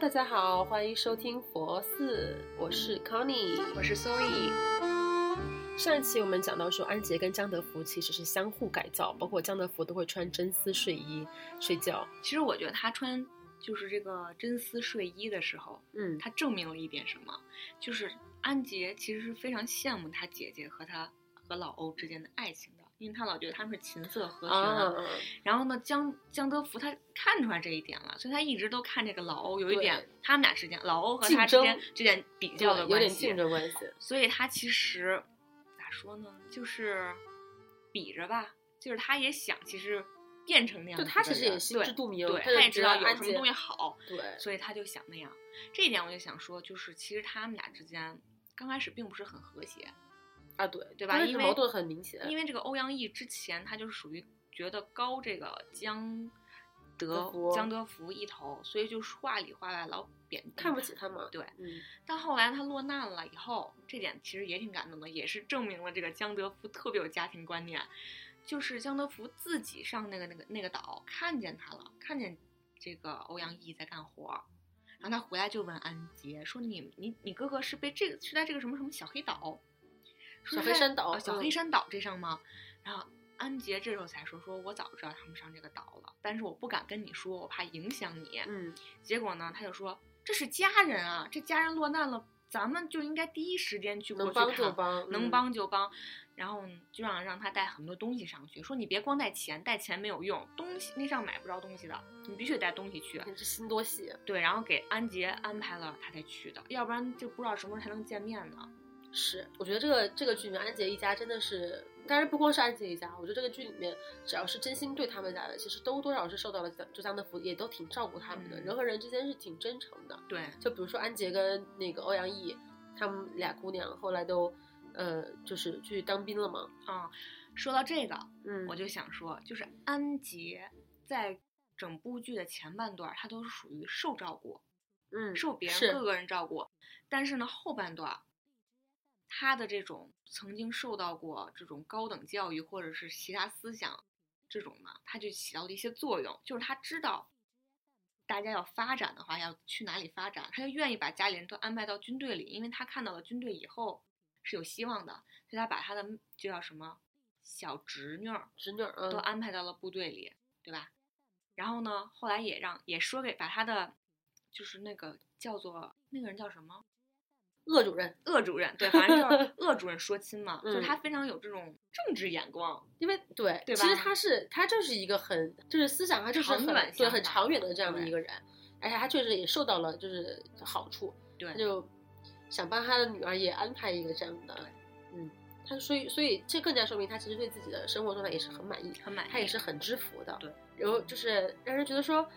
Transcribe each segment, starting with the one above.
大家好，欢迎收听佛寺，我是 Connie。我是 Zoe。上一期我们讲到说，安杰跟江德福其实是相互改造，包括江德福都会穿真丝睡衣睡觉。其实我觉得他穿就是这个真丝睡衣的时候，嗯，他证明了一点什么，就是安杰其实是非常羡慕他姐姐和他和老欧之间的爱情的，因为他老觉得他们是琴瑟和弦啊啊。，然后呢，江江德福他看出来这一点了，所以他一直都看这个老欧有一对点，他们俩之间老欧和竞他之间争这点比对较的有关点系竞，争关系。所以他其实咋说呢，就是比着吧，就是他也想其实变成那样就子的人，他其实也心知对肚明，对，就他也知道有安什杰么东西好，对，所以他就想那样。这一点我就想说，就是其实他们俩之间刚开始并不是很和谐，啊对，对吧但是因为矛盾很明显，因为这个欧阳毅之前他就是属于觉得高这个江德德福江德福一头，所以就话里话外老贬低看不他起他嘛。对，嗯，但后来他落难了以后，这点其实也挺感动的，也是证明了这个江德福特别有家庭观念。就是江德福自己上那个那个那个岛，看见他了，看见这个欧阳毅在干活儿，然后他回来就问安杰说你：“你你哥哥是被这个是在这个什么什么小黑岛，小说是黑在山岛啊小黑嗯山岛这上吗？”然后安杰这时候才说：“说我早知道他们上这个岛了，但是我不敢跟你说，我怕影响你。”嗯，结果呢，他就说这是家人啊，这家人落难了，咱们就应该第一时间去过能去帮就看，帮，能嗯帮就帮。然后就让让他带很多东西上去，说你别光带钱，带钱没有用，东西那上买不着东西的，你必须得带东西去。你这心多细，对，然后给安杰安排了他才去的，要不然就不知道什么时候才能见面呢。是，我觉得这个这个剧里面安杰一家真的是，当然不光是安杰一家，我觉得这个剧里面只要是真心对他们家的，其实都多少是受到了江就江的福，也都挺照顾他们的，嗯人和人之间是挺真诚的。对，就比如说安杰跟那个欧阳毅，他们俩姑娘后来都，呃，就是去当兵了嘛。嗯，说到这个，嗯我就想说，就是安杰在整部剧的前半段，他都是属于受照顾，嗯受别是人各个人照顾，但是呢后半段儿，他的这种曾经受到过这种高等教育或者是其他思想这种呢，他就起到了一些作用，就是他知道大家要发展的话要去哪里发展，他就愿意把家里人都安排到军队里，因为他看到了军队以后是有希望的，所以他把他的就叫什么小侄女儿侄女儿，都嗯，安排到了部队里，对吧？然后呢，后来也让也说给把他的，就是那个叫做那个人叫什么鄂主任，鄂主任，对，反 正就是鄂主任说亲嘛，就是嗯他非常有这种政治眼光，因为对，对其实吧他是他就是一个很就是思想他就是长很远对想很法长远的这样的对一个人，而且他确实也受到了就是好处，对他就想帮他的女儿也安排一个这样的对，嗯，他所以所以这更加说明他其实对自己的生活状态也是很满意，很满意。他也是很知福的，对，然后就是让人觉得说，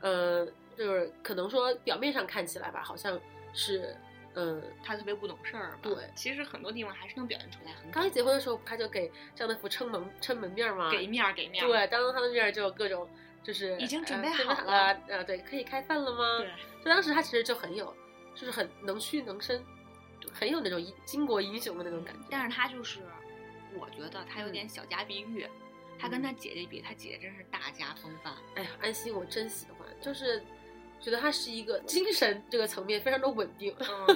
呃，就是可能说表面上看起来吧，好像是，嗯、他特别不懂事儿嘛，对其实很多地方还是能表现出来很刚一懂结婚的时候不他就给张德福撑门撑门面儿嘛，给面儿给面儿，对，当着他的面儿就有各种就是已经准呃备准备好了，呃，对，可以开饭了吗？对，就当时他其实就很有，就是很能屈能伸，对很有那种英巾帼英雄的那种感觉。但是他就是，我觉得他有嗯点小家碧玉，他嗯跟他姐姐比，他姐姐真是大家风 范，哎呀，安心我真喜欢，就是觉得他是一个精神这个层面非常的稳定， 嗯，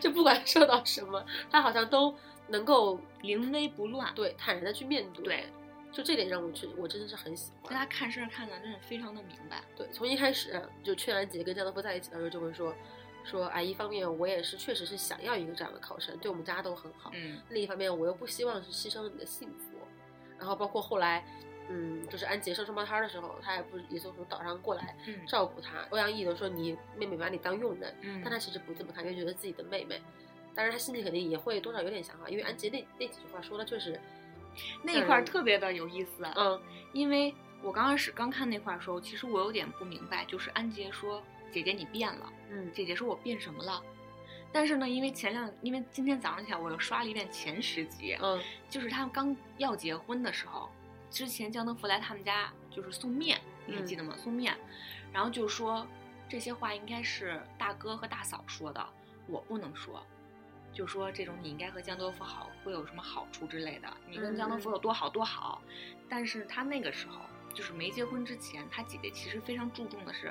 就不管受到什么，他好像都能够临危不乱，对坦然的去面对。对，就这点让我确我真的是很喜所以欢。他看事儿看的真是非常的明白。对，从一开始就劝安杰跟江德福在一起的时候就会说。说哎，一方面我也是确实是想要一个这样的考生，对我们大家都很好。嗯，另一方面，我又不希望是牺牲了你的幸福。然后包括后来，嗯，就是安杰生双胞胎的时候，他也不是也从岛上过来嗯照顾他。欧阳毅都说你妹妹把你当佣人，嗯但他其实不这么看，就觉得自己的妹妹。当然，他心里肯定也会多少有点想法，因为安杰那那几句话说的确实，那一块儿特别的有意思，嗯，因为我刚开始刚看那块儿的时候，其实我有点不明白，就是安杰说：“姐姐你变了。”嗯，姐姐说：“我变什么了？”但是呢，因为前两，因为今天早上起来我又刷了一遍前十集，嗯，就是他们刚要结婚的时候，之前江德福来他们家就是送面，你还嗯记得吗？送面，然后就说这些话应该是大哥和大嫂说的，我不能说。就说这种你应该和江德福好，会有什么好处之类的。你嗯跟江德福嗯有多好多好，但是他那个时候就是没结婚之前，他姐姐其实非常注重的是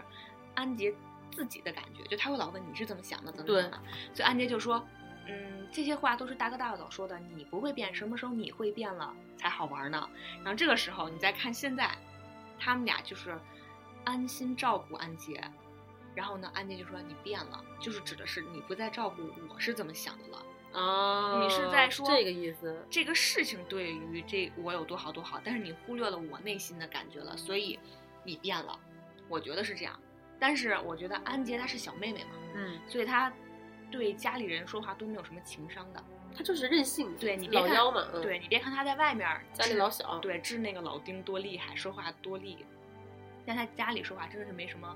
安杰自己的感觉，就他会老问你是怎么想的，怎么对怎么的，所以安杰就说，嗯，这些话都是大哥大嫂说的，你不会变，什么时候你会变了才好玩呢？然后这个时候你再看现在，他们俩就是安心照顾安杰，然后呢，安杰就说你变了，就是指的是你不再照顾我是怎么想的了。啊，你是在说这个意思？这个事情对于这我有多好多好，但是你忽略了我内心的感觉了，所以你变了，我觉得是这样。但是我觉得安杰她是小妹妹嘛，嗯，所以她对家里人说话都没有什么情商的。他就是任性，对你别老看幺嘛，嗯，对你别看她在外面家里治老小，，对治那个老丁多厉害，说话多厉害，但她家里说话真的是没什么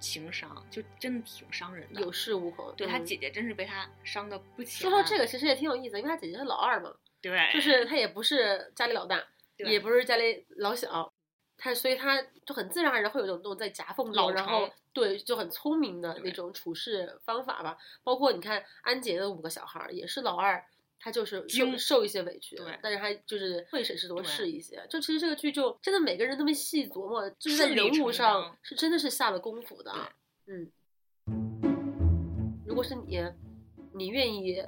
情商，就真的挺伤人的。有恃无恐。对嗯她姐姐真是被她伤的不浅。说到这，个，其实也挺有意思，因为他姐姐是老二嘛，对，就是他也不是家里老大，对也不是家里老小，他所以他就很自然而然会有一种那种在夹缝老中，然后成对就很聪明的那对种处事方法吧。包括你看安杰的五个小孩儿，也是老二，他就是受精受一些委屈，对但是他就是会审时度对势一些。就其实这个剧就真的每个人都没细琢磨，就是在顺理人物成上章是真的是下了功夫的对。嗯，如果是你，你愿意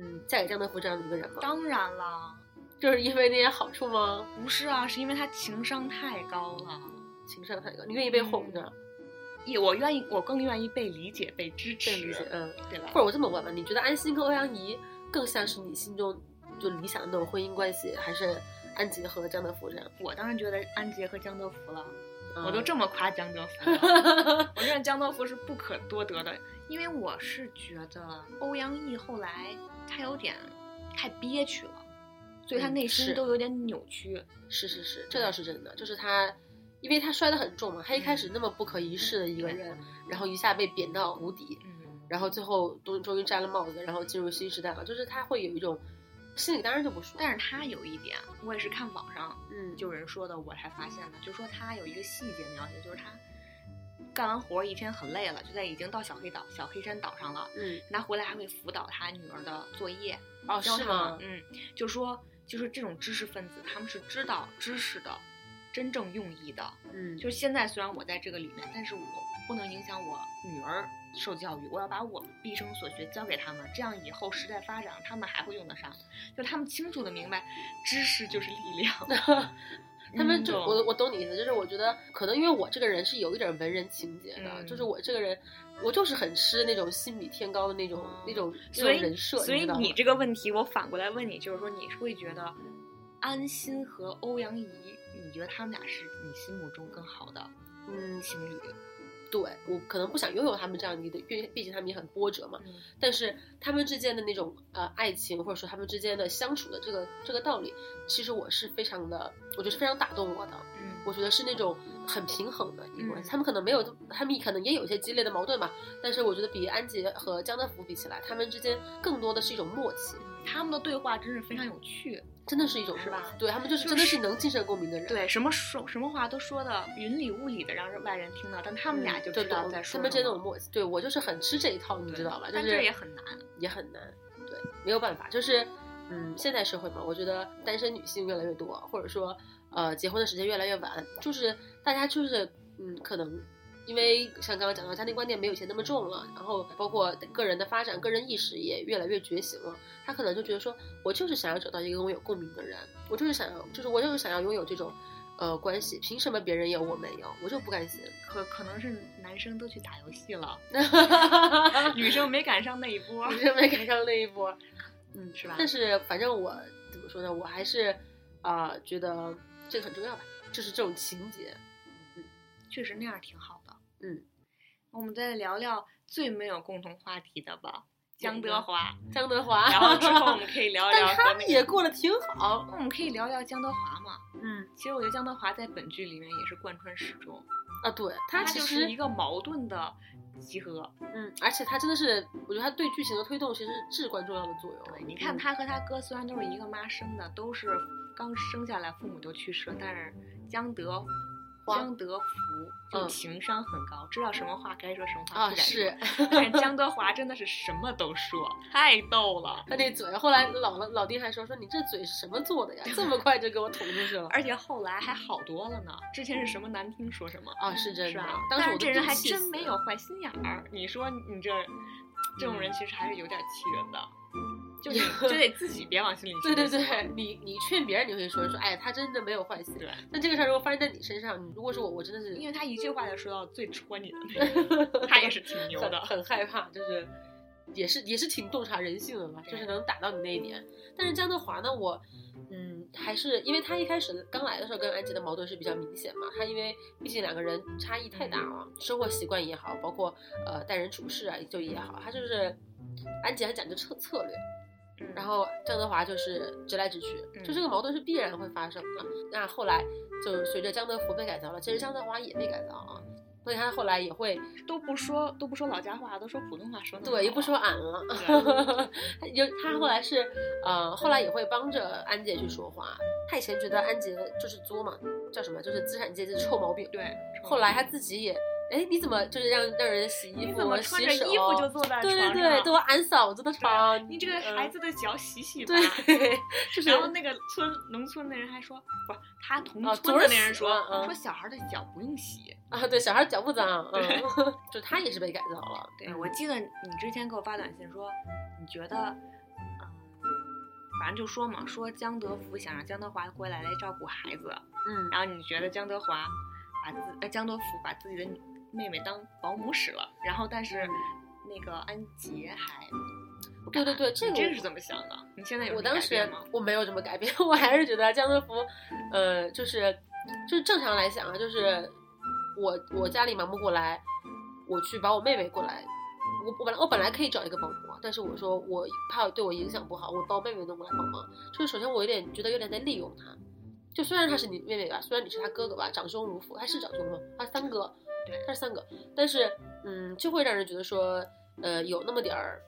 嗯嫁给张德福这样的一个人吗？当然了。就是因为那些好处吗？不是啊，是因为他情商太高了。情商太高，你愿意被哄着，嗯也我愿意，我更愿意被理解、被支持，被理解，嗯。对吧或？者我这么问吧，你觉得安心跟欧阳怡更像是你心中就理想的那种婚姻关系，还是安杰和张德福这样？我当然觉得安杰和江德福了，嗯我都这么夸江德福 了，我认为江德福是不可多得的，因为我是觉得欧阳毅后来他有点太憋屈了，所以他嗯内是心都有点扭曲。 是是是，这倒是真的，就是他。因为他摔得很重嘛，他一开始那么不可一世的一个人，然后一下被贬到谷底，嗯，然后最后终终于摘了帽子，然后进入新时代了。就是他会有一种心里当然就不舒服，但是他有一点，我也是看网上嗯，有人说的，我才发现的，就说他有一个细节描写，就是他干完活儿一天很累了，就在已经到小黑岛、小黑山岛上了，嗯他回来还会辅导他女儿的作业，哦教是他吗们，？嗯，就说就是这种知识分子，他们是知道知识的真正用意的。嗯，就是现在虽然我在这个里面，但是我不能影响我女儿受教育，我要把我毕生所学教给他们，这样以后时代发展，他们还会用得上。就他们清楚的明白，知识就是力量。 他们就嗯我我懂你意思，就是我觉得可能因为我这个人是有一点文人情节的，嗯就是我这个人，我就是很吃那种心比天高的那种、哦那种那所种以人设，所以知道吗你这个问题，我反过来问你，就是说你会觉得安心和欧阳怡，你觉得他们俩是你心目中更好的嗯，情侣？对我可能不想拥有他们这样的一对，毕毕竟他们也很波折嘛。嗯，但是他们之间的那种呃爱情，或者说他们之间的相处的这个这个道理，其实我是非常的，我觉得是非常打动我的。我觉得是那种很平衡的一个关系。嗯他们可能没有，他们可能也有一些激烈的矛盾吧，但是我觉得比安杰和江德福比起来，他们之间更多的是一种默契，他们的对话真是非常有趣，真的是一种默是吧契对他们就是就真的是是能精神共鸣的人。对，什么说什么话都说的云里雾里的，让人外人听到，但他他们俩就知道在说嗯他们之什间那么种。默契，对我就是很吃这一套，你对知道吧？就但是这也很难。也很难，对，没有办法，就是，嗯，现代社会嘛，我觉得单身女性越来越多，或者说，呃，结婚的时间越来越晚，就是大家就是，嗯，可能因为像刚刚讲到，家庭观念没有以前那么重了，然后包括个人的发展、个人意识也越来越觉醒了，他可能就觉得说，我就是想要找到一个跟我有共鸣的人，我就是想要，就是我就是想要拥有这种。呃，关系凭什么别人有我没有？我就不甘心。可可能是男生都去打游戏了， 女生没赶上那一波 我。是没赶上那一波，嗯，是吧但是反正我怎么说呢，我还是啊、呃觉得这个很重要吧，就是这种情节，确实那样挺好的。嗯，我们再聊聊最没有共同话题的吧，江哪德个华。 张德华，嗯然后之后 我们可以 聊一聊但和他那们个也过得挺好，那我们可以聊聊江德华嘛。嗯其实我觉得江德华在本剧里面也是贯穿始终，啊，对他其就实是一个矛盾的集合。嗯，而且他真的是，我觉得他对剧情的推动其实是至关重要的作用。对，你看嗯，他和他哥虽然都是一个妈生的，都是刚生下来父母就去世了，但是江德花江德福就嗯情商很高，知道什么话该说什么话啊不该说。是，但是江德华真的是什么都说，太逗了。他那嘴，后来老了老丁还说说你这嘴是什么做的呀？这么快就给我捅出去了 而且后来还好多了呢，之前是什么难听说什么，啊！是真是的吧？，当时我但是都这人还气真死没有坏心眼儿。你说你这这种嗯人其实还是有点气人的，就你就得自己别往心里 去对就对行了。对，你你劝别人你会说说，哎，他真的没有坏心。对但这个事儿如果发生在你身上，如果是我，我真的是因为他一句话就说到最戳你的那嗯个，他也是挺牛很的。很害怕，就是也是也是挺洞察人性的吧，对就是能打到你那一点。但是江德华呢，我嗯还是因为他一开始刚来的时候跟安吉的矛盾是比较明显嘛，他因为毕竟两个人差异太大了，生活习惯也好，包括呃待人处事啊就也好，他就是安吉很讲究策策略， 嗯然后江德华就是直来直去，嗯就这个矛盾是必然会发生的。那后来就随着江德福被改造了，其实江德华也被改造了，所以他后来也会都不说都不说老家话，都说普通话说得好对，也不说啊俺了。 他有他后来是，呃，后来也会帮着安杰去说话。他以前觉得安杰就是作嘛，叫什么，就是资产阶级的臭毛病。对。后来他自己也，哎，你怎么就是让让人洗衣你服、怎么穿洗着手？啊衣服就坐在床对对上？啊对，都俺嫂子的床。你这个嗯孩子的脚洗洗吧。对，就是然后那个村农村的人还说，不是他同啊村昨儿的那人洗说，了嗯说小孩的脚不用洗。啊，对，小孩脚不脏，对嗯，就他也是被改造了。对，我记得你之前给我发短信说，你觉得，嗯，反正就说嘛，说江德福想让江德华回来来照顾孩子，嗯，然后你觉得江德华把自呃江德福把自己的女妹妹当保姆使了，然后但嗯是那个安杰还不对敢，对对，这你个这我个是怎么想的？你现在有我什么当改变时吗？我没有怎么改变， 我还是觉得江德福，呃，就是就是正常来讲啊，就是我我家里忙不过来，我去把我妹妹过来，我我本来我本来可以找一个保姆，但是我说我怕对我影响不好，我把我妹妹弄过来帮忙，就是首先我有点觉得有点在利用她。就虽然她是你妹妹吧，虽然你是她哥哥吧，长兄如父，他是长兄吗？他是三哥，对他是三哥，但是嗯，就会让人觉得说，呃，有那么点儿，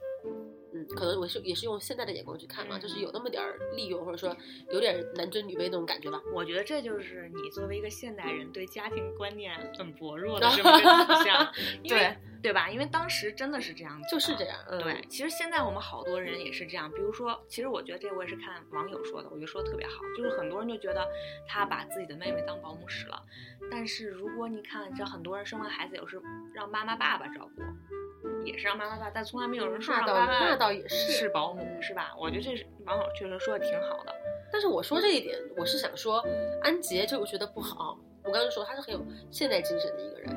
嗯，可能我是也是用现在的眼光去看嘛，嗯就是有那么点儿利用，或者说有点儿男尊女卑那种感觉吧。我觉得这就是你作为一个现代人对家庭观念很薄弱的这么一 个倾向，因为对吧？因为当时真的是这样子的，就是这样，嗯，对，其实现在我们好多人也是这样，比如说，其实我觉得这我也是看网友说的，我觉得说的特别好，就是很多人就觉得他把自己的妹妹当保姆使了，但是如果你看，这很多人生完孩子也是让妈妈爸爸照顾，也是让妈妈爸，但从来没有人说那让倒妈妈那倒也是是保姆，是吧？我觉得这是网友确实说的挺好的，但是我说这一点，我是想说，安杰就觉得不好。我刚刚就说他是很有现代精神的一个人，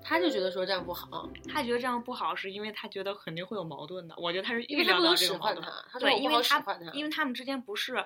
他就觉得说这样不好，他觉得这样不好，是因为他觉得肯定会有矛盾的。我觉得他是因预为他料不到能这使个矛唤盾他。，他说对，我因不为好使他唤他，因为他们之间不是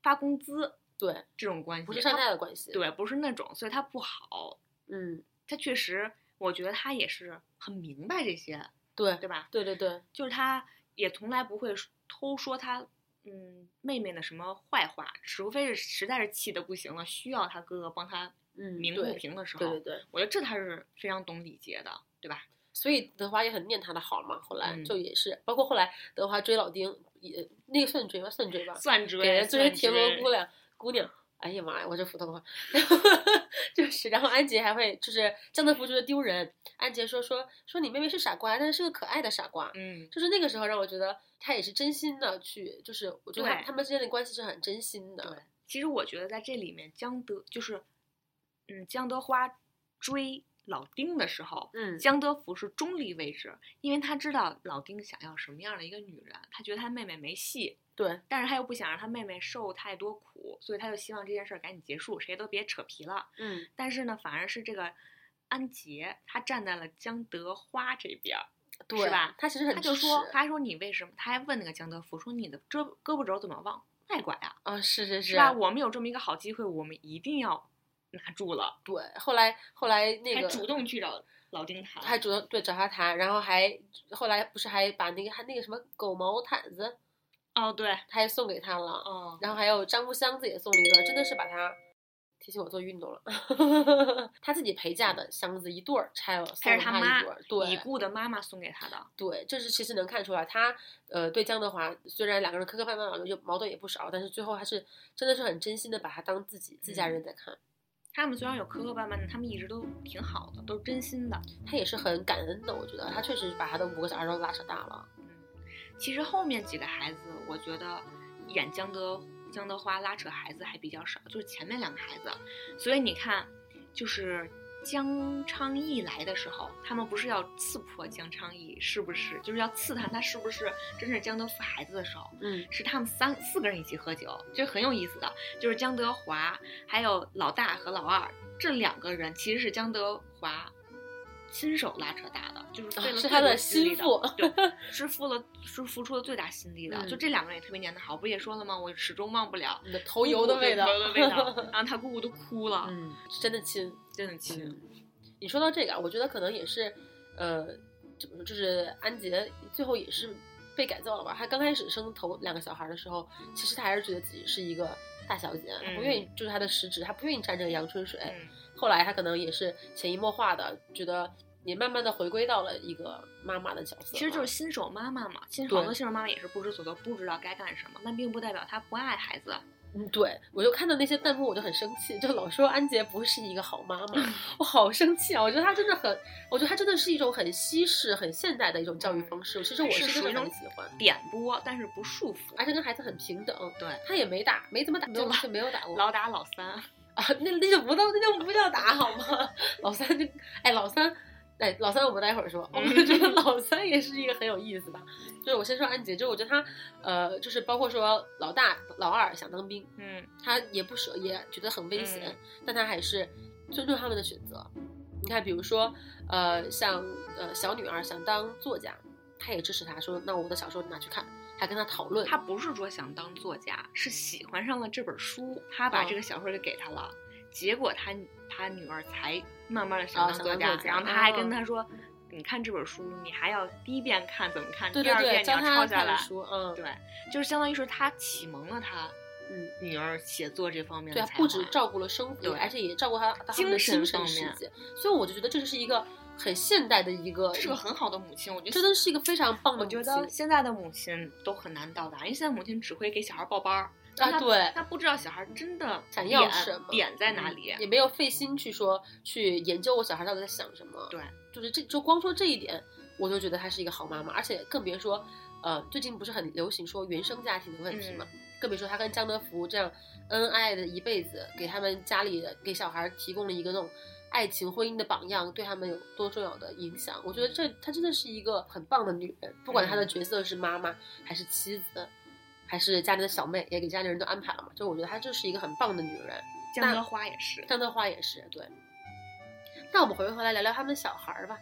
发工资对，这种关系，不是上他下的关系。，嗯对，不是那种，所以他不好。嗯，他确实，我觉得他也是很明白这些，对，对吧？对对对，就是他也从来不会说偷说他嗯妹妹的什么坏话，除非是实在是气的不行了，需要他哥哥帮他嗯，鸣不对，平的时候，对对对。我觉得这他是非常懂礼节的，对吧？所以德华也很念他的好嘛，后来嗯就也是，包括后来德华追老丁，也那个算追吗？算追吧，算追，啊给人追算田螺追姑娘姑娘。哎呀妈呀，我这普通话， 就是，然后安杰还会就是江德福觉得丢人，安杰说说说你妹妹是傻瓜，但是是个可爱的傻瓜，嗯，就是那个时候让我觉得他也是真心的去，就是我觉得他对他们之间的关系是很真心对的，。其实我觉得在这里面，江德就是，嗯，江德花追老丁的时候，嗯江德福是中立位置，因为他知道老丁想要什么样的一个女人，他觉得他妹妹没戏，对，但是他又不想让他妹妹受太多苦，所以他就希望这件事儿赶紧结束，谁都别扯皮了。嗯，但是呢，反而是这个安杰，他站在了江德花这边儿，对是吧？他其实很他就支说，持他说你为什么？他还问那个江德福说，你的胳胳膊肘怎么往外拐啊？啊，是是是吧？我们有这么一个好机会，我们一定要拿住了，对，后来后来那还个主动去找老丁谈，还主动对找他谈，然后还后来不是还把那个还那个什么狗毛毯子，哦对，他还送给他了，哦，然后还有樟木箱子也送了一个，真的是把他提醒我做运动了， 他自己陪嫁的箱子一对儿拆了，送还了是他一妈对儿，已对故的妈妈送给他的，对，就是其实能看出来他呃对江德华虽然两个人磕磕绊嗯绊，有矛盾也不少，但是最后还是真的是很真心的把他当自己自家人在看，他们虽然有磕磕绊绊的，他们一直都挺好的，都是真心的。他也是很感恩的，我觉得他确实把他的五个小孩都拉扯大了。其实后面几个孩子，我觉得演江德江德花拉扯孩子还比较少，就是前面两个孩子。所以你看，就是江昌义来的时候，他们不是要刺破江昌义是不是，就是要刺探他是不是真是江德富孩子的时候，嗯，是他们三四个人一起喝酒，这很有意思的。就是江德华还有老大和老二这两个人，其实是江德华亲手拉扯大的，就是费了啊是最他多的心力心的，腹对， 是付了是付出了最大心力的。嗯就这两个人也特别粘得好，不也说了吗？我始终忘不了你的 头油的味道，姑姑对头油的 味道，然后他姑姑都哭了，嗯，真的亲。真的亲。嗯，你说到这个啊，我觉得可能也是，呃，怎么说，就是安杰最后也是被改造了吧？她刚开始生头两个小孩的时候，其实她还是觉得自己是一个大小姐，她不愿意，就是她的实质，她不愿意沾这个阳春水。嗯后来她可能也是潜移默化的觉得，也慢慢的回归到了一个妈妈的角色，其实就是新手妈妈嘛，其实好对多新手妈妈也是不知所措，不知道该干什么，但并不代表她不爱孩子。嗯，对，我就看到那些弹幕，我就很生气，就老说安杰不是一个好妈妈，嗯我好生气啊！我觉得她真的很，我觉得她真的是一种很西式、很现代的一种教育方式。其实我是真属于的那很种喜欢，点拨，但是不束缚。而且跟孩子很平等。对，她也没打，没怎么打，没有就吧是没有打过老打老三，啊，那那就不叫那就不叫打好吗？老三就哎老三。哎，老三，我们待会儿说。我们觉得老三也是一个很有意思的，就是我先说安杰，就是我觉得他，呃，就是包括说老大、老二想当兵，嗯，他也不舍，也觉得很危险，嗯但他还是尊重他们的选择。你看，比如说，呃，像呃小女儿想当作家，他也支持她，说那我的小说你拿去看，还跟她讨论。他不是说想当作家，是喜欢上了这本书，他把嗯这个小说就给他了，结果他他女儿才慢慢的想啊当想作当家，作家然后他还跟嗯他说，你看这本书，你还要第一遍看怎么看，对第对二对，遍你教要她抄下看来，书，嗯，对，就是相当于是他启蒙了他嗯，女儿写作这方面对的啊才，华，不止照顾了生活，对而且也照顾她他们的精神精方神面世界。所以我就觉得这是一个很现代的一个，是个很好的母亲，我觉得真的是一个非常棒的我嗯母觉亲。得现在的母亲都很难到达，因为现在母亲只会给小孩报班儿但她啊对她不知道小孩真的想要点什么点在哪里。也没有费心去说去研究我小孩到底在想什么。对，就是这就光说这一点，我就觉得她是一个好妈妈，而且更别说，呃，最近不是很流行说原生家庭的问嗯题嘛，更别说她跟江德福这样恩爱的一辈子，给他们家里的给小孩提供了一个那种。爱情、婚姻的榜样对他们有多重要的影响？我觉得这她真的是一个很棒的女人，不管她的角色是妈妈，还是妻子，还是家里的小妹，也给家里人都安排了嘛。就我觉得她就是一个很棒的女人。江德花也是，张德花也是对。那我们回回来聊聊他们小孩儿吧，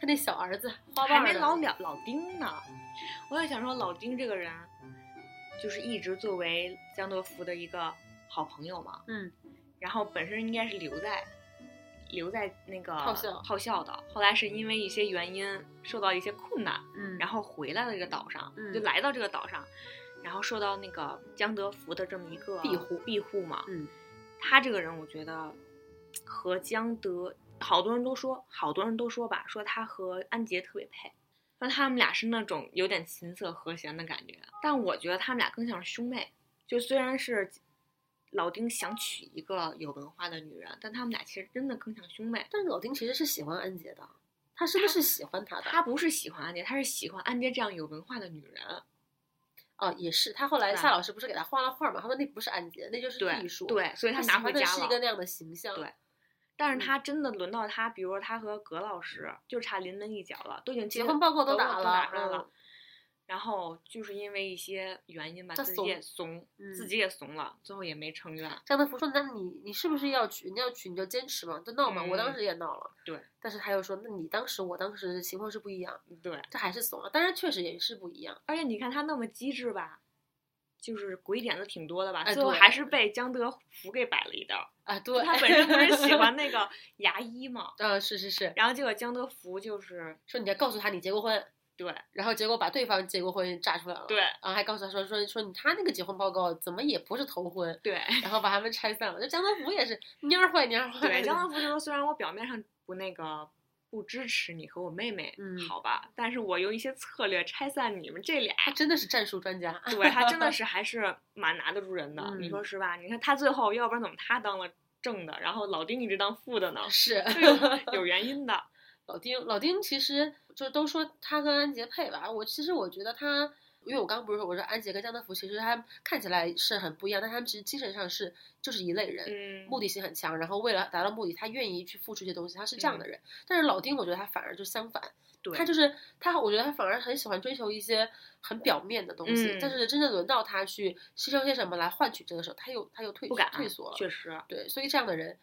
他那小儿子花还瓣没儿老呢，了老丁呢。我也想说，老丁这个人，就是一直作为江德福的一个好朋友嘛，嗯，然后本身应该是留在留在那个炮校炮校的，后来是因为一些原因受到一些困难，嗯，然后后回来了这个岛上，嗯就来到这个岛上，然后受到那个江德福的这么一个庇护庇护嘛。嗯，他这个人，我觉得和江德，好多人都说，好多人都说吧，说他和安杰特别配，说他们俩是那种有点琴瑟和弦的感觉。但我觉得他们俩更像是兄妹，就虽然是。老丁想娶一个有文化的女人，但他们俩其实真的更像兄妹。但是老丁其实是喜欢安杰的，他真的是喜欢他的他不是喜欢安杰，他是喜欢安杰这样有文化的女人。啊，也是他后来对夏老师不是给他画了画嘛，他说那不是安杰，那就是对艺术，，对，所以他他拿喜回欢的家是一个了。那样的形象，对但嗯是他真的轮到他，比如说他和葛老师就差临门一脚了，都已经结接婚报告都都打都了出来了。嗯然后就是因为一些原因吧，他自己怂也怂，自嗯己也怂了，最后也没 成愿。张德福说：“那你你是不是要娶？你要娶你就坚持嘛，就闹嘛。我当嗯时也闹了，对。但是他又说：那你当时，我当时的情况是不一样，对，这还是怂啊了。当然确实也是不一样。而且你看他那么机智吧，就是鬼点子挺多的吧，哎最后对还是被江德福给摆了一道。啊，对，他本身不是喜欢那个牙医嘛， 嗯，是是是，然后结果江德福就是说你要告诉他你结过婚， 对然后结果把对方结过婚炸出来了，，对然后还告诉他说说说你他那个结婚报告怎么也不是头婚，对，然后把他们拆散了。这江德福也是蔫儿坏蔫 儿坏，对，江德福就说，虽然我表面上不那个不支持你和我妹妹，嗯好吧，但是我用一些策略拆散你们 这俩。他真的是战术专家，对他真的是还是蛮拿得住人的，你嗯，说是吧？你看他最后，要不然怎么他当了正的，然后老丁一直当副的呢是 这有有原因的。老丁，老丁其实就都说他跟安杰配吧。我其实我觉得他，因为我刚不是说我说安杰跟江德福其实他看起来是很不一样，但他们其实精神上是就是一类人，嗯，目的性很强，然后为了达到目的，他愿意去付出一些东西，他是这样嗯的人。但是老丁，我觉得他反而就相反，对，他就是他，我觉得他反而很喜欢追求一些很表面的东西，嗯但是真正轮到他去牺牲些什么来换取这个时候，他又他又退不敢退缩了，确实，对，所以这样的人，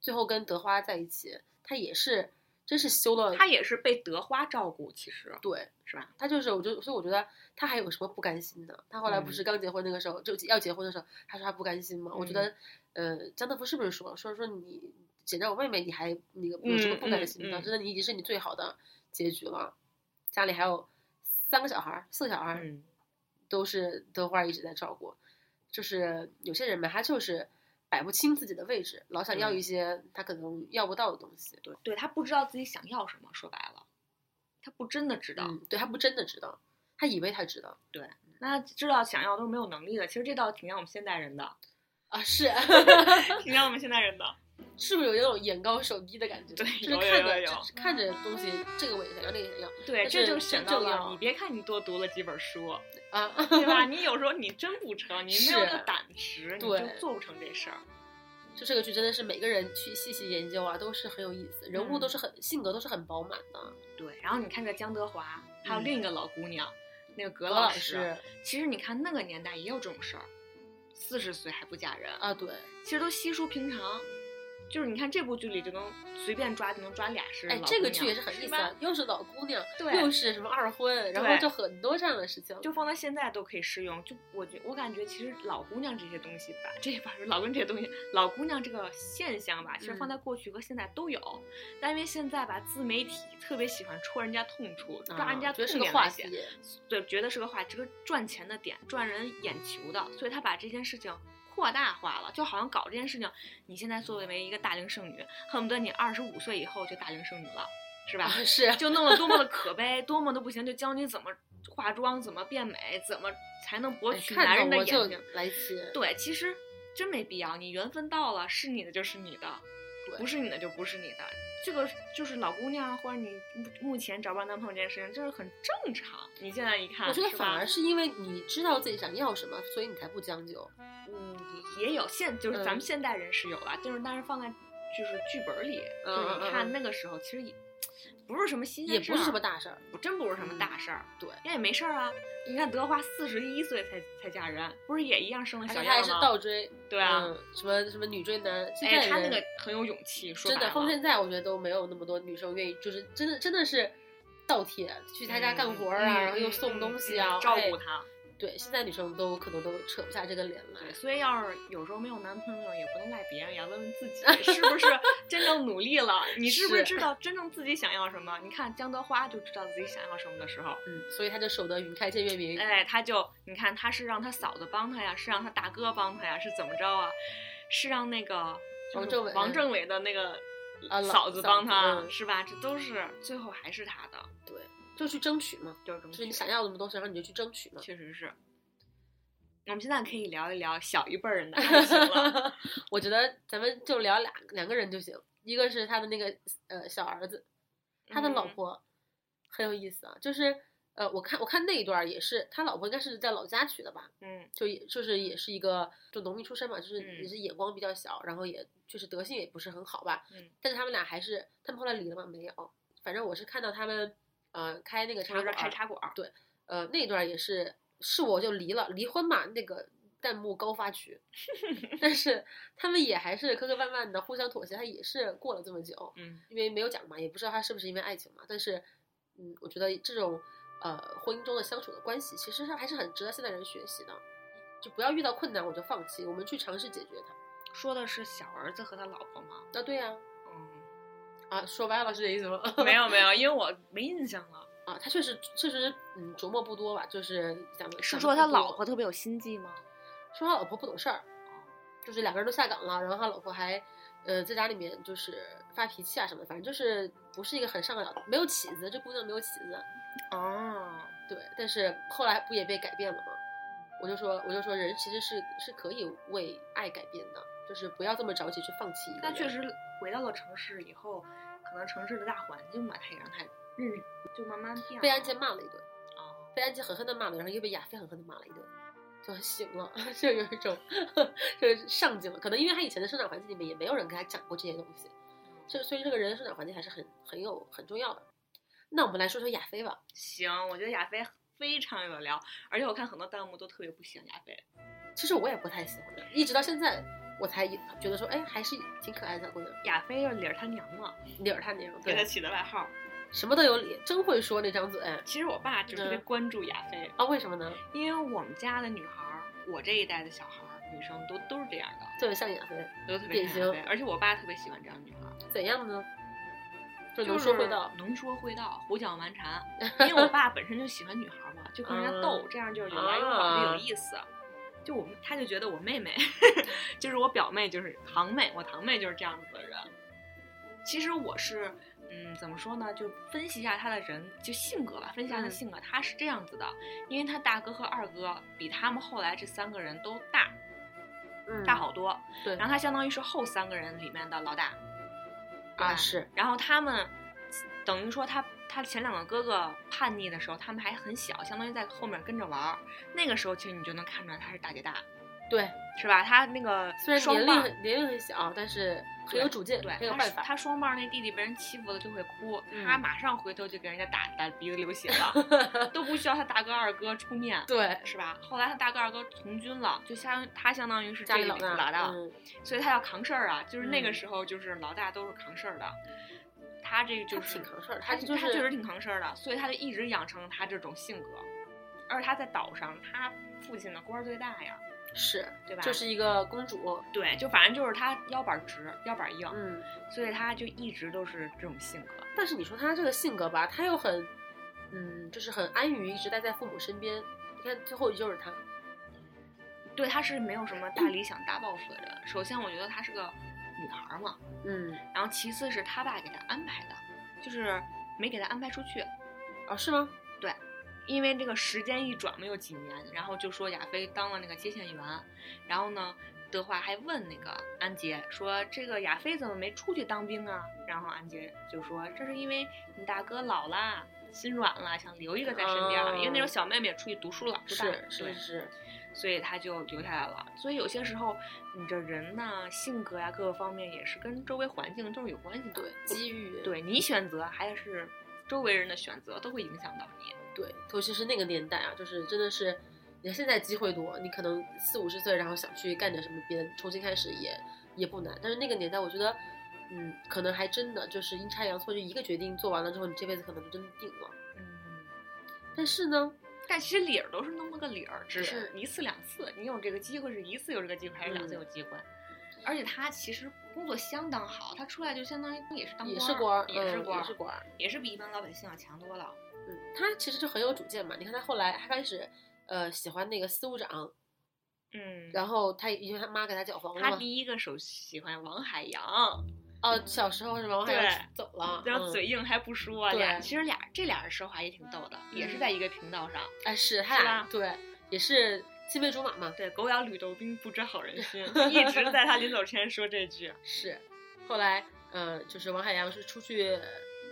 最后跟德花在一起，他也是真是修了，他也是被德花照顾，其实对是吧？他就是，我就所以我觉得他还有什么不甘心的？他后来不嗯是刚结婚那个时候，就要结婚的时候，他说他不甘心嘛。我觉得，嗯呃，江德福是不是说说说你捡到我妹妹，你还那个有什么嗯不甘嗯心的？嗯真的你已经是你最好的结局了。家里还有三个小孩儿，四个小孩儿，嗯，都是德华一直在照顾。就是有些人嘛，他就是摆不清自己的位置，老想要一嗯些他可能要不到的东西。对，对他不知道自己想要什么，说白了，他不真的知道。嗯，对他不真的知道，他以为他知道那知道想要都是没有能力的，其实这倒挺像我们现代人的，啊，是。 挺像我们现代人的。是不是有那种眼高手低的感觉？对就是有有看着有有就是看着东西，这个我也想要，那个也想要对，但这是就真选到正了要你。别看你多读了几本 书，啊， 对吧？你有时候你真不成，你没有是那胆识，你对就做不成这事儿。就这个剧真的是每个人去细细研究啊，都是很有意思，人物嗯都是很、性格都是很饱满的。对，然后你看这江德华，还有嗯另一个老姑娘，那个葛葛老师，啊师其实你看那个年代也有这种事儿，四十岁还不嫁人，啊，对，其实都稀疏平常。就是你看这部剧里就能随便抓就能抓俩是老哎姑，这个娘剧也是很有意思吧啊，又是老姑娘，对又是什么二婚，然后对就很多这样的事情。就放到现在都可以适用。就我觉我感觉，其实老姑娘这些东西吧，这把老姑娘这些东西，老姑娘这个现象吧，其实嗯放在过去和现在都有，但因为现在吧，自媒体特别喜欢戳人家痛处，抓人家啊觉得痛是个点话来题写，，对，觉得是个话，这个赚钱的点，赚人眼球的，所以他把这件事情。扩大化了，就好像搞这件事情，你现在作为一个大龄剩女，恨不得你二十五岁以后就大龄剩女了，是吧？啊 是就弄得多么的可悲，多么的不行，就教你怎么化妆，怎么变美，怎么才能博哎取看男人到的我就眼睛。来气，对，其实真没必要，你缘分到了，是你的就是你的，对不是你的就不是你的。这个就是老姑娘或者你目目前找不着男朋友这件事情，这是很正常。你现在一看，我觉得是反吧而是因为你知道自己想要什么，所以你才不将就。嗯也有现就是嗯咱们现代人是有了，就是但是放在就是剧本里，嗯就是嗯嗯你看那个时候其实也不是什么新鲜也事不是什儿么大事儿，不真不是什么大事儿、对人也没事儿啊。你看德华四十一岁才才嫁人，不是也一样生了而小且他还燕是吗？倒追，对啊嗯，什么什么女追男，现在哎，他那人个很有勇气，说真白的，了放现在我觉得都没有那么多女生愿意，就是真的真的是倒贴去他家干活儿啊，嗯然后又送东西啊，嗯嗯照哎顾。他、对，现在女生都可能都扯不下这个脸来。对，所以要是有时候没有男朋友，也不能赖别人，也要问问自 己是不是真正努力了。你是不是是知道真正自己想要什么？你看江德花就知道自己想要什么的时候，嗯，所以他就守得云开见月明。哎，他就你看，他是让他嫂子帮他呀，是让他大哥帮他呀，是怎么着啊？是让那个王就是政委嗯王政委的那个啊老嫂嫂子帮子他，嗯是吧？这都是最后还是他的，对，就去争取嘛，就是这么就是你去想要什么东西，然后你就去争取嘛。确实是。我们现在可以聊一聊小一辈儿人的爱情了， 我觉得咱们就聊俩两个人就行，一个是他的那个呃小儿子，他的老嗯婆很有意思啊，就是呃我看我看那一段儿也是，他老婆应该是在老家娶的吧，嗯，就也就是也是一个就农民出身嘛，就是嗯也是眼光比较小，然后也就是德性也不是很好吧。嗯但是他们俩还是，他们后来离了吗？没有，反正我是看到他们，呃，开那个比茶如馆说儿，开茶馆儿，呃，那段也是是我就离了，离婚嘛，那个弹幕高发 区，但是他们也还是磕磕绊绊的互相妥协，他也是过了这么久，嗯，因为没有讲嘛，也不知道他是不是因为爱情嘛。但是，嗯，我觉得这种呃婚姻中的相处的关系，其实是还是很值得现代人学习的。就不要遇到困难我就放弃，我们去尝试解决它。说的是小儿子和他老婆吗？啊，对呀、嗯， 啊，说白了是这意思吗？没有没有，因为我没印象了。啊，他确实确实嗯琢磨不多吧，就是想的想是得说不他多老婆特别有心计吗？说他老婆不懂事儿，啊就是两个人都下岗了，然后他老婆还呃在家里面就是发脾气啊什么的，反正就是不是一个很上得了，没有起子，这姑娘没有起子。哦，对，但是后来不也被改变了吗？我就说，我就说，人其实是是可以为爱改变的，就是不要这么着急去放弃一个但人。确实回到了城市以后，可能城市的大环境吧，它也让他认就慢慢变了。啊被安杰骂了一顿，哦，被安杰狠狠的骂了，然后又被亚飞狠狠的骂了一顿，就醒了， 就有一种就是上进了。可能因为他以前的生长环境里面也没有人给他讲过这些东西，这所以这个人的生长环境还是很很有很重要的。那我们来说说亚飞吧，行，我觉得亚飞非常有的聊，而且我看很多弹幕都特别不喜欢亚飞。其实我也不太喜欢他，一直到现在我才觉得说，哎，还是挺可爱的小姑娘，亚飞就是理儿他娘嘛，理儿他那种，给他对，起的外号。什么都有理，真会说那张嘴啊？其实我爸就特别嗯关注亚飞，为什么呢？因为我们家的女孩儿，我这一代的小孩儿，女生都都是这样的，就是像亚飞都特别典喜欢亚型飞，而且我爸特别喜欢这样的女孩儿。怎样呢？就就能是说会道，能说会道，胡搅蛮 缠。因为我爸本身就喜欢女孩嘛，就跟嗯人家斗，这样就是有来有往啊的，有意思。就我们，他就觉得我 妹妹，就是我表妹，就是堂妹，我堂妹就是这样子的人。其实我是，嗯，怎么说呢？就分析一下他的人，就性格吧，分析一下他的嗯性格，他是这样子的，因为他大哥和二哥比他们后来这三个人都大，嗯，大好多，对然后他相当于是后三个人里面的老大，啊是，然后他们等于说他他前两个哥哥叛逆的时候，他们还很小，相当于在后面跟着玩儿。那个时候其实你就能看出来他是大姐大，对，是吧？他那个虽然双年龄棒很年龄很小，但是很对有主见，对，很有他办是法。他双棒那弟弟被人欺负了就会哭，嗯他马上回头就给人家打打鼻子流血了， 都不需要他大哥二哥出面。对，是吧？后来他大哥二哥从军了，就相他相当于是家里这老个大，老大，嗯，所以他要扛事儿啊。就是那嗯个时候，就是老大都是扛事儿的，他这个他就是挺扛事儿，他就是他确实挺扛事儿的，所以他就一直养成他这种性格。而且他在岛上，他父亲的官儿最大呀，是，对吧？就是一个公主，对，就反正就是他腰板儿直，腰板儿硬，嗯。所以他就一直都是这种性格。但是你说他这个性格吧，他又很，嗯，就是很安于一直待在父母身边。你看最后就是他，对，他是没有什么大理想、大抱负的人。首先，我觉得她是个女孩儿嘛，嗯，然后其次是他爸给他安排的，就是没给他安排出去，哦，是吗？因为这个时间一转没有几年，然后就说亚飞当了那个接线员，然后呢，德华还问那个安杰说：“这个亚飞怎么没出去当兵啊？”然后安杰就说：“这是因为你大哥老啦，心软了，想留一个在身边儿，哦因为那时候小妹妹也出去读书了，是读大了是对是，是，所以他就留下来了。所以有些时候，你这人呐、性格呀、各个方面也是跟周围环境都是有关系的。对，机遇，对你选择还是周围人的选择都会影响到你。对，尤其是那个年代啊，就是真的是，你看现在机会多，你可能四五十岁，然后想去干点什么，别人重新开始也也不难。但是那个年代，我觉得，嗯，可能还真的就是阴差阳错，就一个决定做完了之后，你这辈子可能就真定了。嗯。”但是呢，但其实理儿都是那么个理儿，只对是一次两次，你有这个机会是一次有这个机会，还是两嗯次有机会？而且他其实工作相当好，他出来就相当于也是当也官是官儿，儿，也是嗯官也儿是，官儿。也是比一般老百姓要强多了。嗯，他其实就很有主见嘛。你看他后来他开始，呃，喜欢那个司务长，嗯，然后他因为他妈给他搅黄了他嘛。第一个手喜欢王海洋，哦，小时候是吧？我还对要走了，然后嗯嘴硬还不说，对俩其实俩这俩人说话也挺逗的，也是嗯在一个频道上。哎是他是俩吧对也是青梅竹马嘛。对，狗咬吕洞宾，不知好人心，一直在他临走前说这句。是，后来，呃，就是王海洋是出去，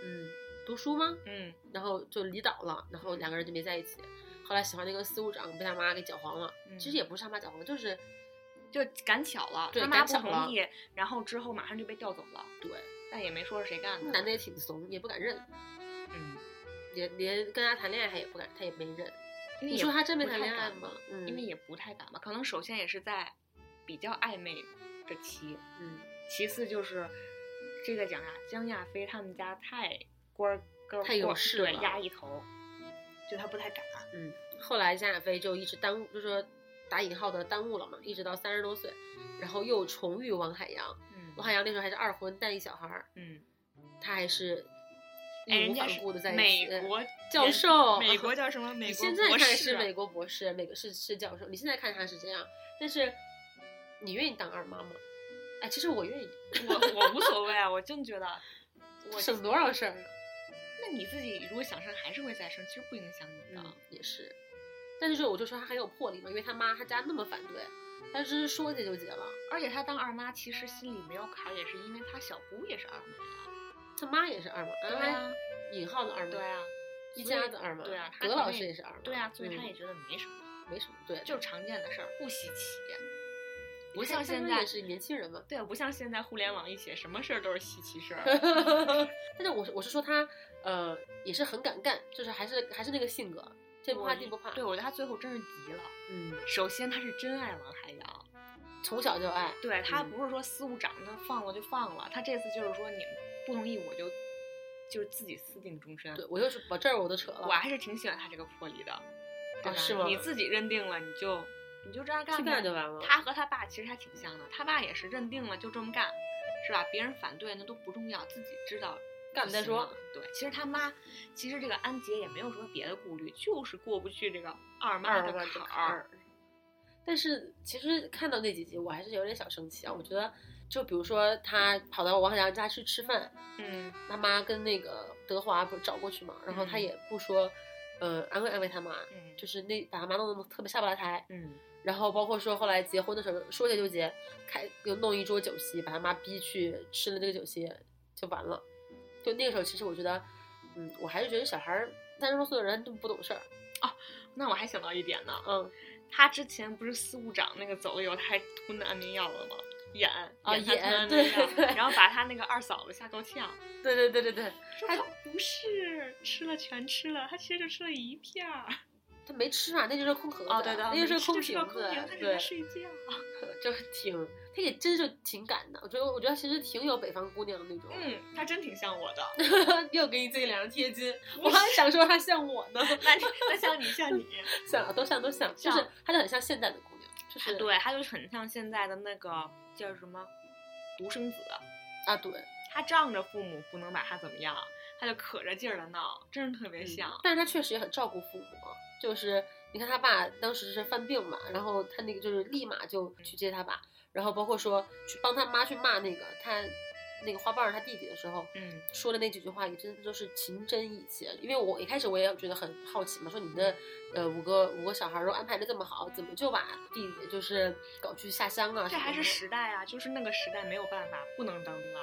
嗯，读书吗？嗯，然后就离岛了，然后两个人就没在一起。后来喜欢那个司务长被他妈给搅黄了，嗯其实也不是他妈搅黄，就是就赶巧了，对他妈赶不巧了同意，然后之后马上就被调走了。对，但也没说是谁干的。男的也挺怂，也不敢认，嗯，连连跟他谈恋爱他也不敢，他也没认。因为你也说他真没不谈太恋爱敢吗吧？嗯，因为也不太敢吧，可能首先也是在比较暧昧的期，嗯，其次就是这个蒋亚江亚飞他们家太官儿高，太有官儿势对了压一头，就他不太敢。嗯后来夏亚飞就一直耽误，就说打引号的耽误了嘛，一直到三十多岁，然后又重遇王海洋。嗯王海洋那时候还是二婚带一小孩儿，嗯，他还是哎，义无人家反是顾的在一呃起。美国教人授， 美国叫什么？美你国现在博看士是啊美国博士，美国是是教授，你现在看他是这样，但是你愿意当二妈吗？哎，其实我愿意， 我我无所谓啊，我真觉得我省多少事儿啊？嗯那你自己如果想生还是会再生，其实不影响你的。嗯，也是。但是就我就说他很有魄力嘛，因为他妈他家那么反对，他只是说结就结了。而且她当二妈其实心里没有坎儿，也是因为她小姑也是二妈呀。他妈也是二妈，对啊，引号的二妈，对啊，一所以家的二妈，对啊，她葛可能老师也是二妈，对啊，所以她嗯也觉得没什么，没什么，对，就是常见的事儿，不稀奇。不你看他像现们在也是年轻人嘛，对，不像现在互联网一写，什么事儿都是稀 奇事儿。但是我是我是说他呃也是很敢干，就是还是还是那个性格，这不怕那不怕，对，我觉得她最后真是急了。嗯，首先，她是真爱王海洋，从小就爱，对她嗯不是说司务长她放了就放了，她这次就是说你们不同意我就就是自己私定终身。对我就是把这儿我都扯了，我还是挺喜欢她这个魄力的，对吧？哦是吗你自己认定了，你就你就这样去干干呗。就完了，她和她爸其实还挺像的，她爸也是认定了就这么干，是吧？别人反对那都不重要，自己知道干了再就行说了。。对，其实他妈，其实这个安杰也没有什么别的顾虑，就是过不去这个二妈的二坎儿。儿。但是其实看到那几集，我还是有点小生气啊。我觉得，就比如说他跑到王小阳家去吃饭，嗯，他妈跟那个德华不是找过去嘛，然后他嗯也不说，呃，安慰安慰他妈，嗯就是那把他妈弄得特别下不来台。嗯，然后包括说后来结婚的时候，说结就结，开又弄一桌酒席，把他妈逼去吃了这个酒席就完了。就那个时候，其实我觉得，嗯，我还是觉得小孩儿三十多岁的人都不懂事儿，那我还想到一点呢，嗯，他之前不是司务长那个走了以后，他还吞的安眠药了吗？演啊哦演他吞安演对眠药对然后把他那个二嫂子吓够呛，对对对对对。说他他不是吃了全吃了，他其实就吃了一片儿。他没吃啊，那就是空盒子，哦，对对，那就是没吃空就吃了瓶空子瓶，他，只对在，睡觉。就挺，他也真是挺敢的，我觉得，我觉得其实挺有北方姑娘那种，嗯，他真挺像我的。 又给你自己脸上贴金，我不还想说她像我呢， 那你那像你像 你，像都像都像，就像啊是她就很像现在的姑娘，就是对，他就很像现在的那个叫什么独生子，啊对，他仗着父母不能把他怎么样，他就可着劲儿的闹，真是特别嗯像。但是她确实也很照顾父母，就是你看她爸当时是犯病嘛，然后她那个就是立马就去接她爸，然后包括说去帮她妈去骂那个她那个花瓣儿她弟弟的时候，嗯说的那几句话也真的就是情真意切。因为我一开始我也觉得很好奇嘛，说你的呃五个五个小孩儿都安排的这么好，怎么就把弟弟就是搞去下乡啊什么的？这还是时代啊，就是那个时代没有办法，不能当兵了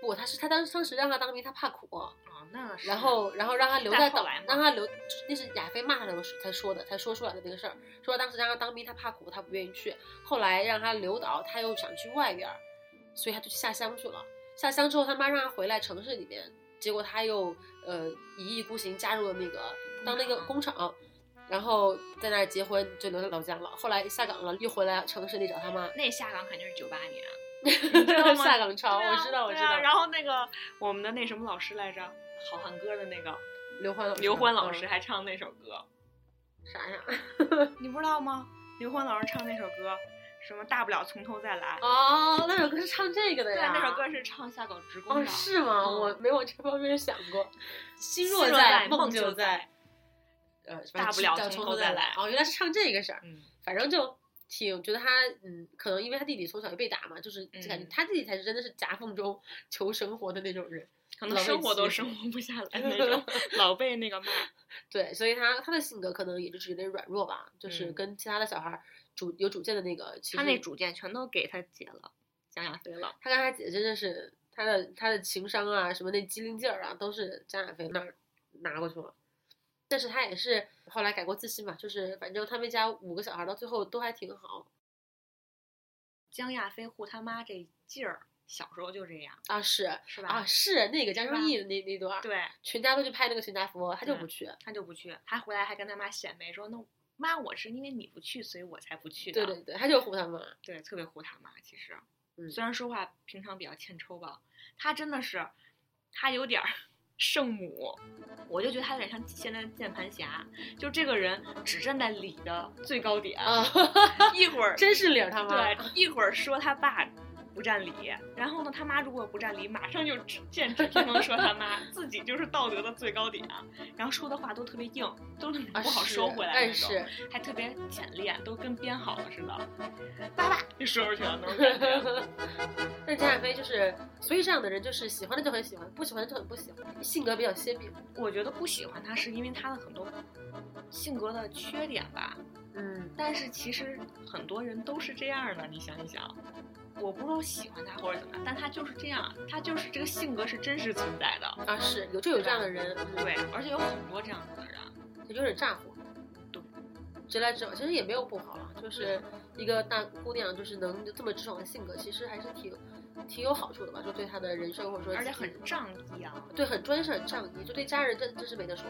不，他是他当当时让他当兵，他怕苦，啊。那是然后然后让他留在再岛后来，嘛让他留，那是亚飞骂他的时候才说的，才说出来的那个事儿，说当时让他当兵，他怕苦，他不愿意去，后来让他留岛，他又想去外边儿，所以他就去下乡去了。下乡之后，他妈让他回来城市里面，结果他又呃一意孤行加入了那个当那个工厂，然后在那儿结婚，就留在老家了。后来下岗了，又回来城市里找他 妈，那下岗肯定是九八年，道吗下岗潮，对啊我知道我对知啊道。然后那个我们的那什么老师来着，好汉歌的那个刘欢老师，刘欢老嗯师还唱那首歌，啥呀？你不知道吗？刘欢老师唱那首歌，什么大不了从头再来。哦，那首歌是唱这个的对，啊呀？那首歌是唱下岗职工的。哦，是吗？嗯我没往这方面想过。心若在，在梦就就在在。呃，反正大不知了道从从头再再来哦，原来是唱这个事儿。嗯，反正就挺觉得他，嗯，可能因为他弟弟从小就被打嘛，就是就感觉嗯他弟弟才是真的是夹缝中求生活的那种人。可能老被生活都欺负生活不下来那 种，老被那个骂。对，所以他他的性格可能也就是有点软弱吧，就是嗯跟其他的小孩儿主有主见的那个，其实他那主见全都给他姐了，蒋亚飞了。他跟他姐真的是他的他的情商啊，什么那机灵劲儿啊，都是张亚飞那儿拿过去了。但是他也是后来改过自新嘛，就是反正他们家五个小孩到最后都还挺好江亚飞护他妈这劲儿，小时候就这样，啊，是是吧？啊是那个江是正吧义的那那段儿，对，全家都去拍那个全家福，他就不嗯去，他就不去，他回来还跟他妈显摆说：“那妈，我是因为你不去，所以我才不去的。对对对，他就护他 妈，对特别护他妈。其实，嗯虽然说话平常比较欠抽吧，他真的是，他有点儿 圣母，我就觉得他有点像现在的键盘侠，就这个人只站在理的最高点，啊，一会儿真是理儿他妈， 对，一会儿说他爸。不占理。然后呢，他妈如果不占理，马上就指剑指天能说他妈 自己就是道德的最高点，然后说的话都特别硬，都是啊不好是收回来的但那种，是还特别简练，都跟编好了似的，叭 叭就说出去了那种感觉。 但贾亚飞就是，所以这样的人就是喜欢的就很喜欢，不喜欢的就很不喜欢，性格比较鲜明。 我觉得不喜欢他是因为他的很多性格的缺点吧，嗯，但是其实很多人都是这样的，你想一想，我不是说喜欢他或者怎么样，但他就是这样，他就是这个性格是真实存在的。啊是有就有这样的人，嗯对，而且有很多这样子的人，有点咋呼。对，直来直往，其实也没有不好啊，就是一个大姑娘，就是能这么直爽的性格，其实还是挺挺有好处的吧，就对她的人生或者说而且自己很仗义啊。对很专是很仗义，就对家人真真是没得说。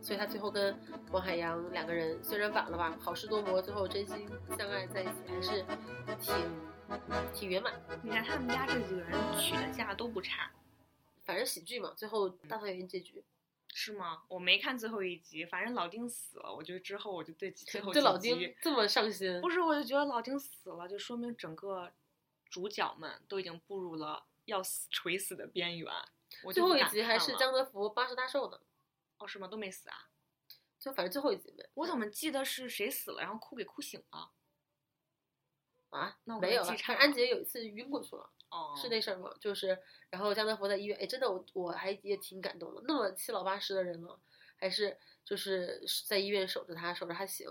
所以她最后跟王海洋两个人虽然晚了吧，好事多磨，最后真心相爱在一起，还是挺挺圆满。你看他们家这几个人娶的嫁都不差，反正喜剧嘛，最后大团圆结局。是吗？我没看最后一集，反正老丁死了，我觉得之后我就对最后对几老集丁这么上心，不是，我就觉得老丁死了，就说明整个主角们都已经步入了要死垂死的边缘。我最就不后一敢集还看是了江德福八十大寿呢，哦，是吗？都没死啊？就反正最后一集没。我怎么记得是谁死了，然后哭给哭醒了？啊那我没可有能记了，差反正了安杰有一次晕过去了，哦，是那事儿吗？就是，然后江德福在医院，哎，真的我我还也挺感动的，那么七老八十的人了，还是就是在医院守着他，守着他行，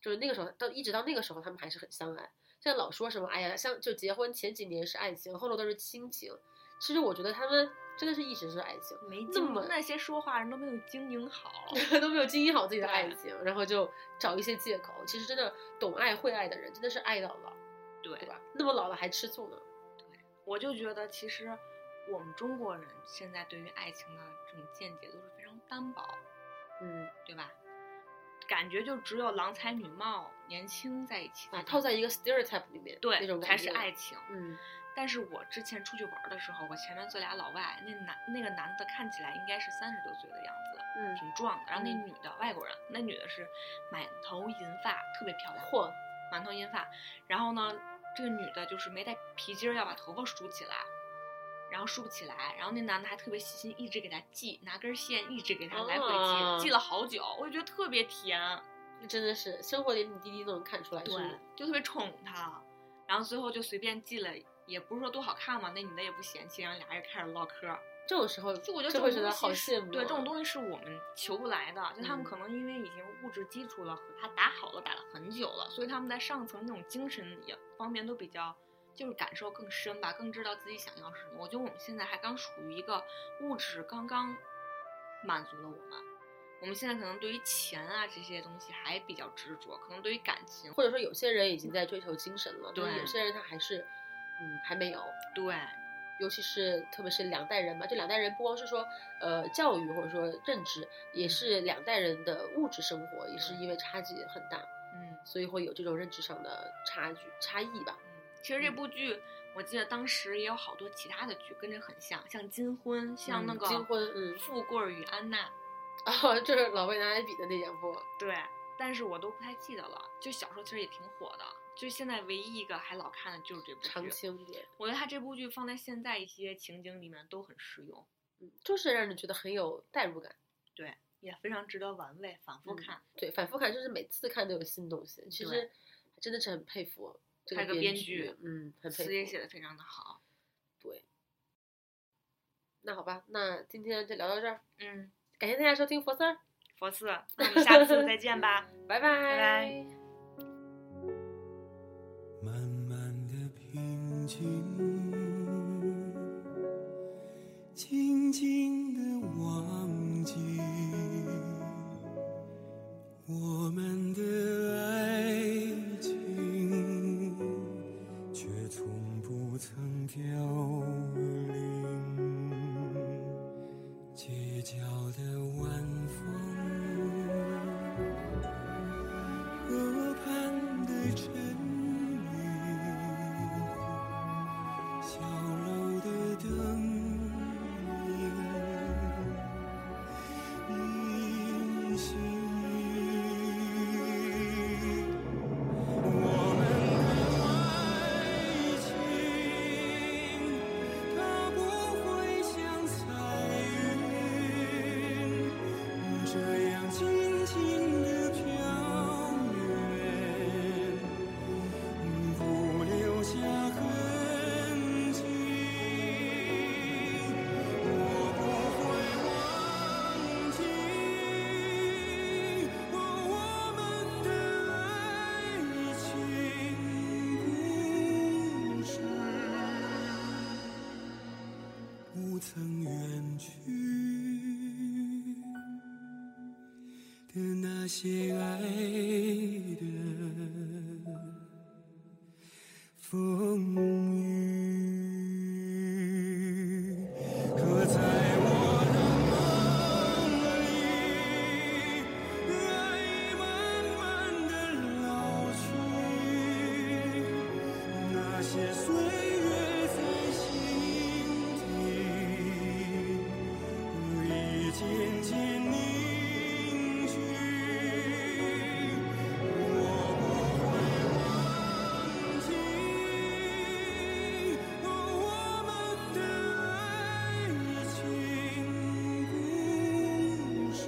就是那个时候到一直到那个时候，他们还是很相爱。现在老说什么，哎呀，像就结婚前几年是爱情，后头都是亲情，其实我觉得他们真的是一直是爱情。没那经么那些说话人都没有经营好。 都没有经营好自己的对爱情，然后就找一些借口。其实真的懂爱会爱的人，真的是爱到老，对对，吧？那么老了还吃醋呢，我就觉得其实我们中国人现在对于爱情的这种见解都是非常单薄，嗯，对吧？感觉就只有郎才女貌、年轻在一起才啊，能，套在一个 stereotype 里面，那种感嗯对觉才是爱，情。嗯，但是我之前出去玩儿的时候，我前面坐俩老外，那男那个男的看起来应该是三十多岁的样子，嗯，挺壮的。然后那嗯女的外国人，那女的是满头银发，特别漂亮，嚯，满头银发。然后呢，这个女的就是没带皮筋儿，要把头发梳起来，然后梳不起来。然后那男的还特别细心，一直给她系，拿根线一直给她来回系，啊系了好久，我就觉得特别甜。那真的是生活点点滴滴都能看出来，对是，就特别宠她，然后最后就随便系了，也不是说多好看嘛，那女的也不嫌弃，然后俩人开始唠嗑儿。这种时候就我觉得就这会种觉得东好西是羡慕啊，对这种东西是我们求不来的，就他们嗯可能因为已经物质基础了和他打好了打了很久了，所以他们在上层那种精神也方面都比较。就是感受更深吧，更知道自己想要什么。我觉得我们现在还刚属于一个物质刚刚满足了我们，我们现在可能对于钱啊这些东西还比较执着，可能对于感情，或者说有些人已经在追求精神了，但是对有些人他还是，嗯，还没有，对尤其是特别是两代人吧，这两代人不光是说呃教育或者说认知，也是两代人的物质生活也是因为差距很大，嗯，所以会有这种认知上的差距差异吧。其实这嗯部剧，我记得当时也有好多其他的剧跟这很像，像《金婚》，像那嗯个《金婚嗯富贵儿与安娜》。啊， 就是老魏拿来比的那两部，对，但是我都不太记得了。就小时候其实也挺火的，就现在唯一一个还老看的就是这部常剧。青对，我觉得它这部剧放在现在一些情景里面都很适用，嗯，就是让人觉得很有代入感。对，也非常值得玩味，反复嗯看。对，反复看就是每次看都有新东西，其实对真的是很佩服这还有个编编剧嗯，很词也佩写服。的非常的好。对，那好吧，那今天就聊到这儿， 嗯，感谢大家收听佛四儿，佛四，那我们下次再见 吧。拜拜拜慢慢的平静，静静的忘记我们的爱情，却从不曾凋零。街角的晚风。河畔的晨雨，小楼的灯影，依稀。我们的爱情些爱的风雨。可在我的梦里，爱已慢慢的老去，那些岁月在心底。我已渐渐凝聚，我不会忘记我们的爱情故事。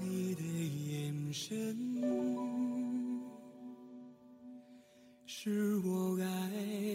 你的眼神是我爱。